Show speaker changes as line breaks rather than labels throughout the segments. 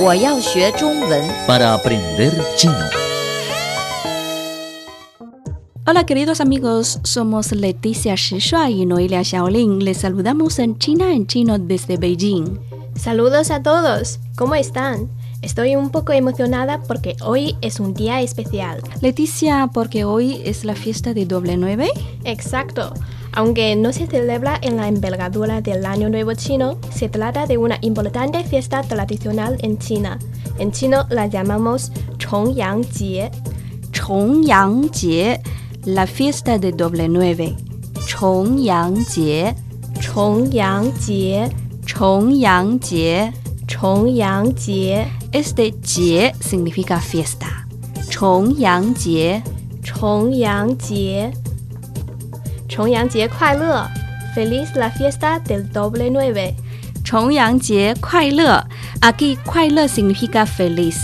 我要学中文。
para aprender chino.
Hola queridos amigos, somos Leticia Shishua y Noelia Shaolin. Les saludamos en China en chino desde Beijing.
Saludos a todos, ¿cómo están? Estoy un poco emocionada porque hoy es un día especial.
Leticia, porque hoy es la fiesta de doble nueve.
Exacto. Aunque no se celebra en la envergadura del Año Nuevo Chino, se trata de una importante fiesta tradicional en China. En chino la llamamos Chongyang Jie.
Chongyang Jie, la fiesta de doble nueve. Chongyang Jie,
Chongyang Jie,
Chongyang Jie.
Chongyang Jie,
Este Jie significa fiesta. Chongyang Jie,
Chongyang Jie. Chongyang Jie 快乐！Feliz la fiesta del doble nueve.
Chongyang Jie, 快乐. Aquí 快乐 significa feliz.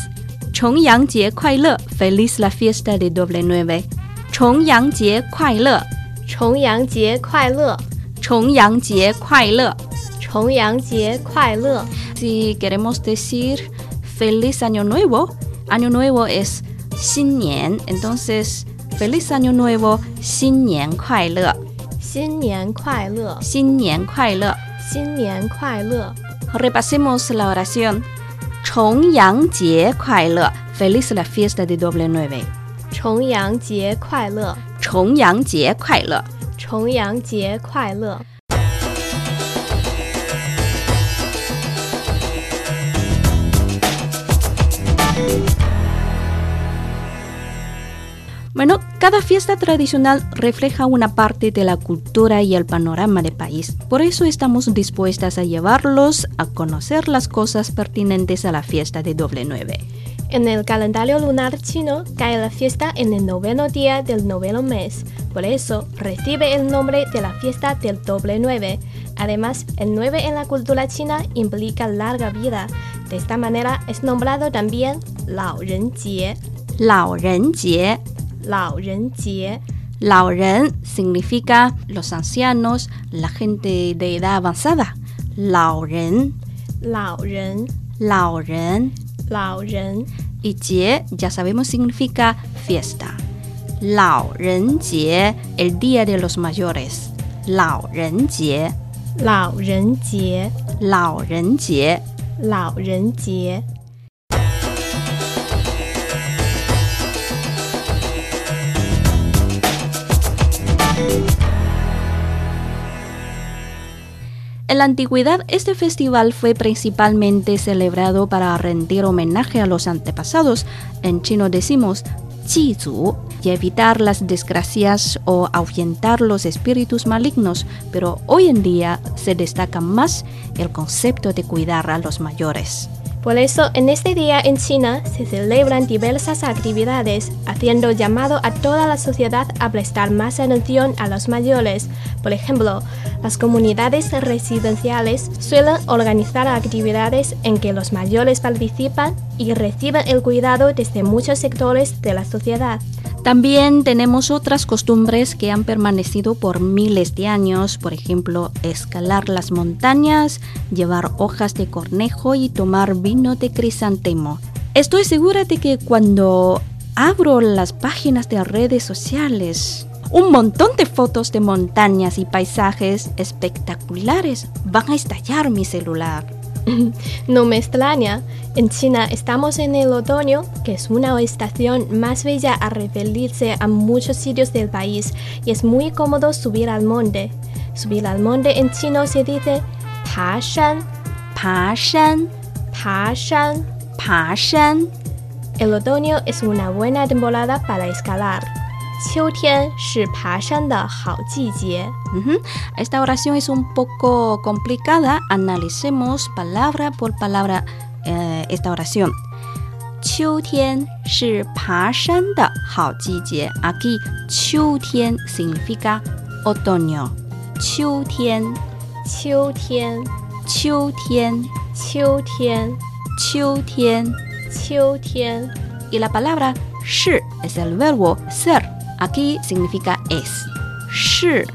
Chongyang Jie, 快乐. Feliz la fiesta de doble nueve. Chongyang Jie, 快乐.
重阳节快乐！
Chongyang Jie, 快乐.
重阳节快乐！
Si queremos decir feliz año nuevo, año nuevo es 新年, entonces feliz año nuevo, 新年快乐,
新年快乐！
新年快乐.
新年快乐！
Repasemos la oración. 重阳节快乐 Feliz la fiesta de doble nueve.
重阳节快乐！
重阳节快乐。
重阳节快乐！
Bueno, cada fiesta tradicional refleja una parte de la cultura y el panorama del país. Por eso estamos dispuestas a llevarlos a conocer las cosas pertinentes a la fiesta de doble nueve.
En el calendario lunar chino cae la fiesta en el noveno día del noveno mes, por eso recibe el nombre de la fiesta del doble nueve. Además, el nueve en la cultura china implica larga vida, de esta manera es nombrado también Lao Ren Jie.
Lao Ren Jie.
Lao Ren Jie.
Lao Ren significa los ancianos, la gente de edad avanzada. Lao Ren,
Lao Ren,
Lao Ren.
Lao Ren.
Y Jie, ya sabemos, significa fiesta. Lao Ren Jie, el día de los mayores. Lao Ren Jie,
Lao Ren Jie.
Lao Ren Jie.
老人节。
En la antigüedad, este festival fue principalmente celebrado para rendir homenaje a los antepasados. En chino decimos Jizu y evitar las desgracias o ahuyentar los espíritus malignos, pero hoy en día se destaca más el concepto de cuidar a los mayores.
Por eso, en este día en China se celebran diversas actividades, haciendo llamado a toda la sociedad a prestar más atención a los mayores. Por ejemplo, las comunidades residenciales suelen organizar actividades en que los mayores participan y reciben el cuidado desde muchos sectores de la sociedad.
También tenemos otras costumbres que han permanecido por miles de años, por ejemplo, escalar las montañas, llevar hojas de cornejo y tomar vino de crisantemo. Estoy segura de que cuando abro las páginas de redes sociales, un montón de fotos de montañas y paisajes espectaculares van a estallar mi celular.
No me extraña, en China estamos en el otoño, que es una estación más bella a referirse a muchos sitios del país y es muy cómodo subir al monte. Subir al monte en chino se dice 爬山,
爬山，
爬山.
爬山。
El otoño es una buena temporada para escalar. 秋天是爬山的好季节。
Ujú. Esta oración es un poco complicada. Analicemos palabra por palabra eh, esta oración. 秋天是爬山的好季节. Aquí 秋天 significa otoño. 秋天,
秋天，
秋天,
秋天，
秋天.
秋天，
Y la palabra 是 es el verbo ser. Aquí significa es. 是,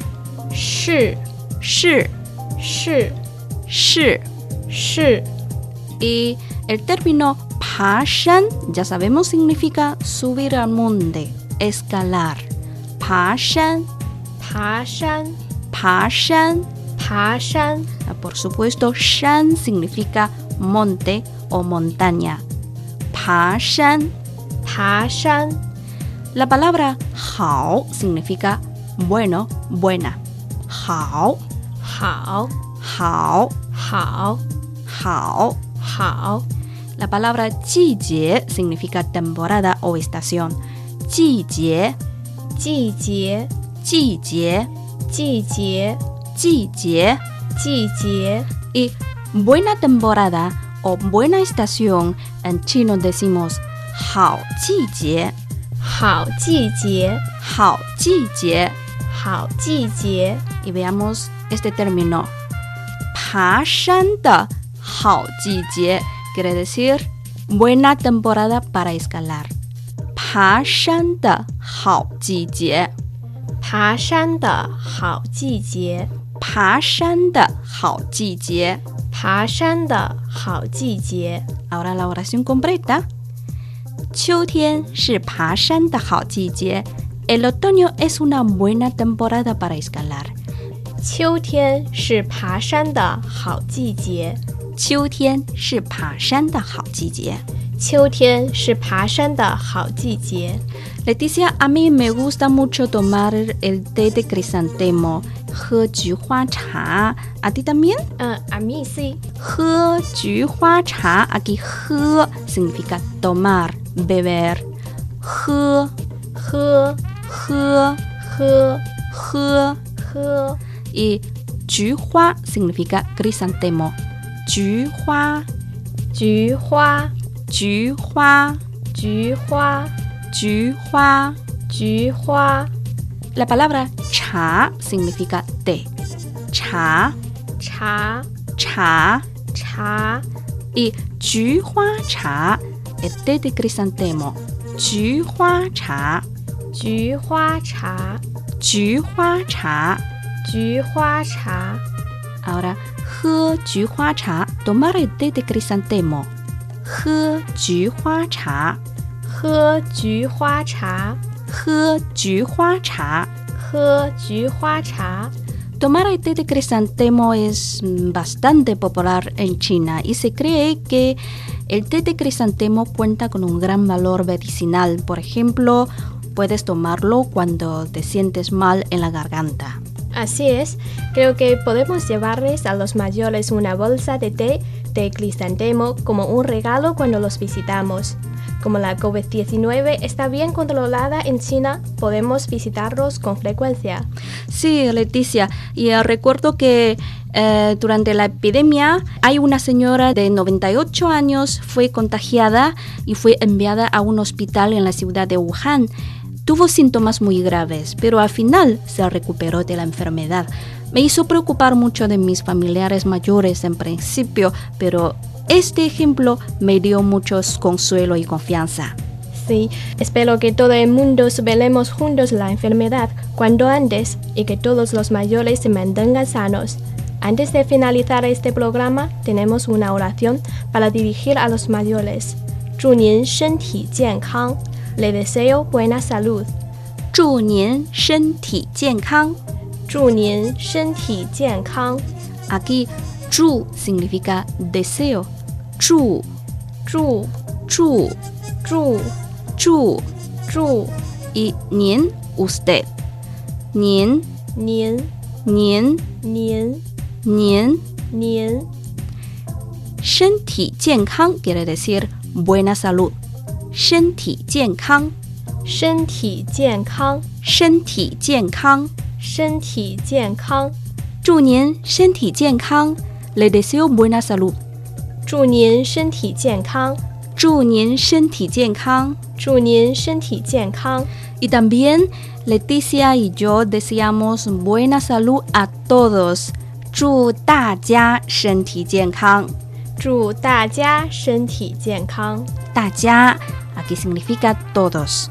是
是,
是
是.
是
Y El término pashan ya sabemos significa subir al monte, escalar. Pashan,
Pashan,
pashan.
pashan,
Ah, Por supuesto, shan significa monte o montaña. Pashan.
pashan,
La palabra hao significa bueno, buena. Hao,
hao,
hao,
hao,
hao.
hao,
La palabra jie significa temporada o estación. Jie,
季节，
jie,
季节，
jie.
季节，
Y buena temporada o buena estación en chino decimos hao jie,
好季节，
hao jie.
好季节，
y veamos este término. Pashanda Hao Jie quiere decir buena temporada para escalar. Pashanda Hao Jie.
爬山的好季节，
Pashanda Hao Jie.
爬山的好季节。
Ahora la oración completa. 秋天是爬山的好季节。El otoño es una buena temporada para escalar.
秋天是爬山的好季节，
秋天是爬山的好季节。
秋天是爬山的好季节。
Leticia, a mí me gusta mucho tomar el té de crisantemo. 喝菊花茶. ¿A ti también?
嗯，a m i s
喝菊花茶. Aquí 喝 significa tomar, beber. 喝,
喝
喝,
喝
喝.
喝
Y 菊花 significa crisantemo. 菊花,
菊花
菊花,
菊花
菊花.
菊花
La palabra cha significa té. Cha,
茶
cha.
茶
y 菊花茶 el té de crisantemo. 菊花茶,
菊花茶
菊花茶.
菊花茶
Ahora, 喝菊花茶, tomar el té de crisantemo. 喝菊花茶,
喝菊花茶
喝菊花茶.
喝菊花茶
Tomar el té de crisantemo es mm, bastante popular en China y se cree que el té de crisantemo cuenta con un gran valor medicinal. Por ejemplo, puedes tomarlo cuando te sientes mal en la garganta.
Así es, creo que podemos llevarles a los mayores una bolsa de té de crisantemo como un regalo cuando los visitamos. Como la COVID-19 está bien controlada en China, podemos visitarlos con frecuencia.
Sí, Leticia, y eh, recuerdo que eh, durante la epidemia hay una señora de 98 años, fue contagiada y fue enviada a un hospital en la ciudad de Wuhan. Tuvo síntomas muy graves, pero al final se recuperó de la enfermedad. Me hizo preocupar mucho de mis familiares mayores en principio, pero este ejemplo me dio mucho consuelo y confianza.
Sí, espero que todo el mundo superemos juntos la enfermedad cuando antes y que todos los mayores se mantengan sanos. Antes de finalizar este programa, tenemos una oración para dirigir a los mayores. 祝您身体健康 Le deseo buena salud.
祝您身体健康。
祝您身体健康。
Aquí, chu significa deseo. Chu,
祝
chu,
祝
chu.
祝
Y nien, usted. Nien,
您
nien,
您
nien.
您
Shenti kang quiere decir buena salud. Shenti kang
身体健康，
shenti kang
身体健康。
祝您身体健康. Le deseo buena salud.
祝您身体健康，
祝您身体健康.
祝您身体健康。
Y también Leticia y yo deseamos buena salud a todos. 祝大家身体健康.
祝大家身体健康，
大家 aquí significa todos.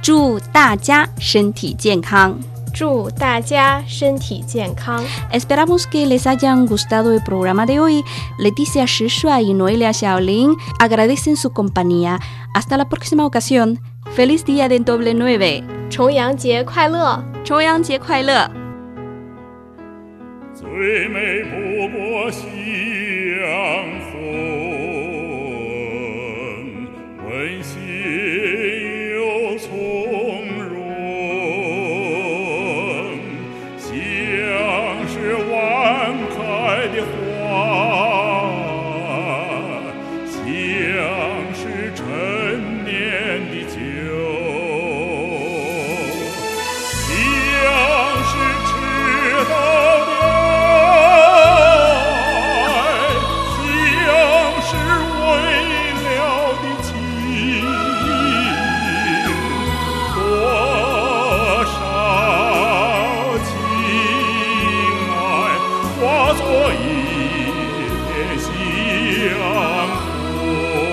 祝大家身体健康.
祝大家身体健康。
Esperamos que les hayan gustado el programa de hoy. Leticia Shishua y Noelia Shaolin agradecen su compañía. Hasta la próxima ocasión. Feliz día del doble 9.
重阳节快乐！
重阳节快乐！
最美不过夕阳红，温馨又从容。夕阳是晚开的花，夕阳是陈年的酒。夕阳是赤道的爱，夕阳是未了的情。多少情爱化作一片夕阳红。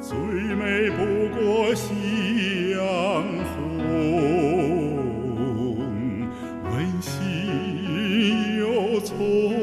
最美不过夕阳红，温馨又从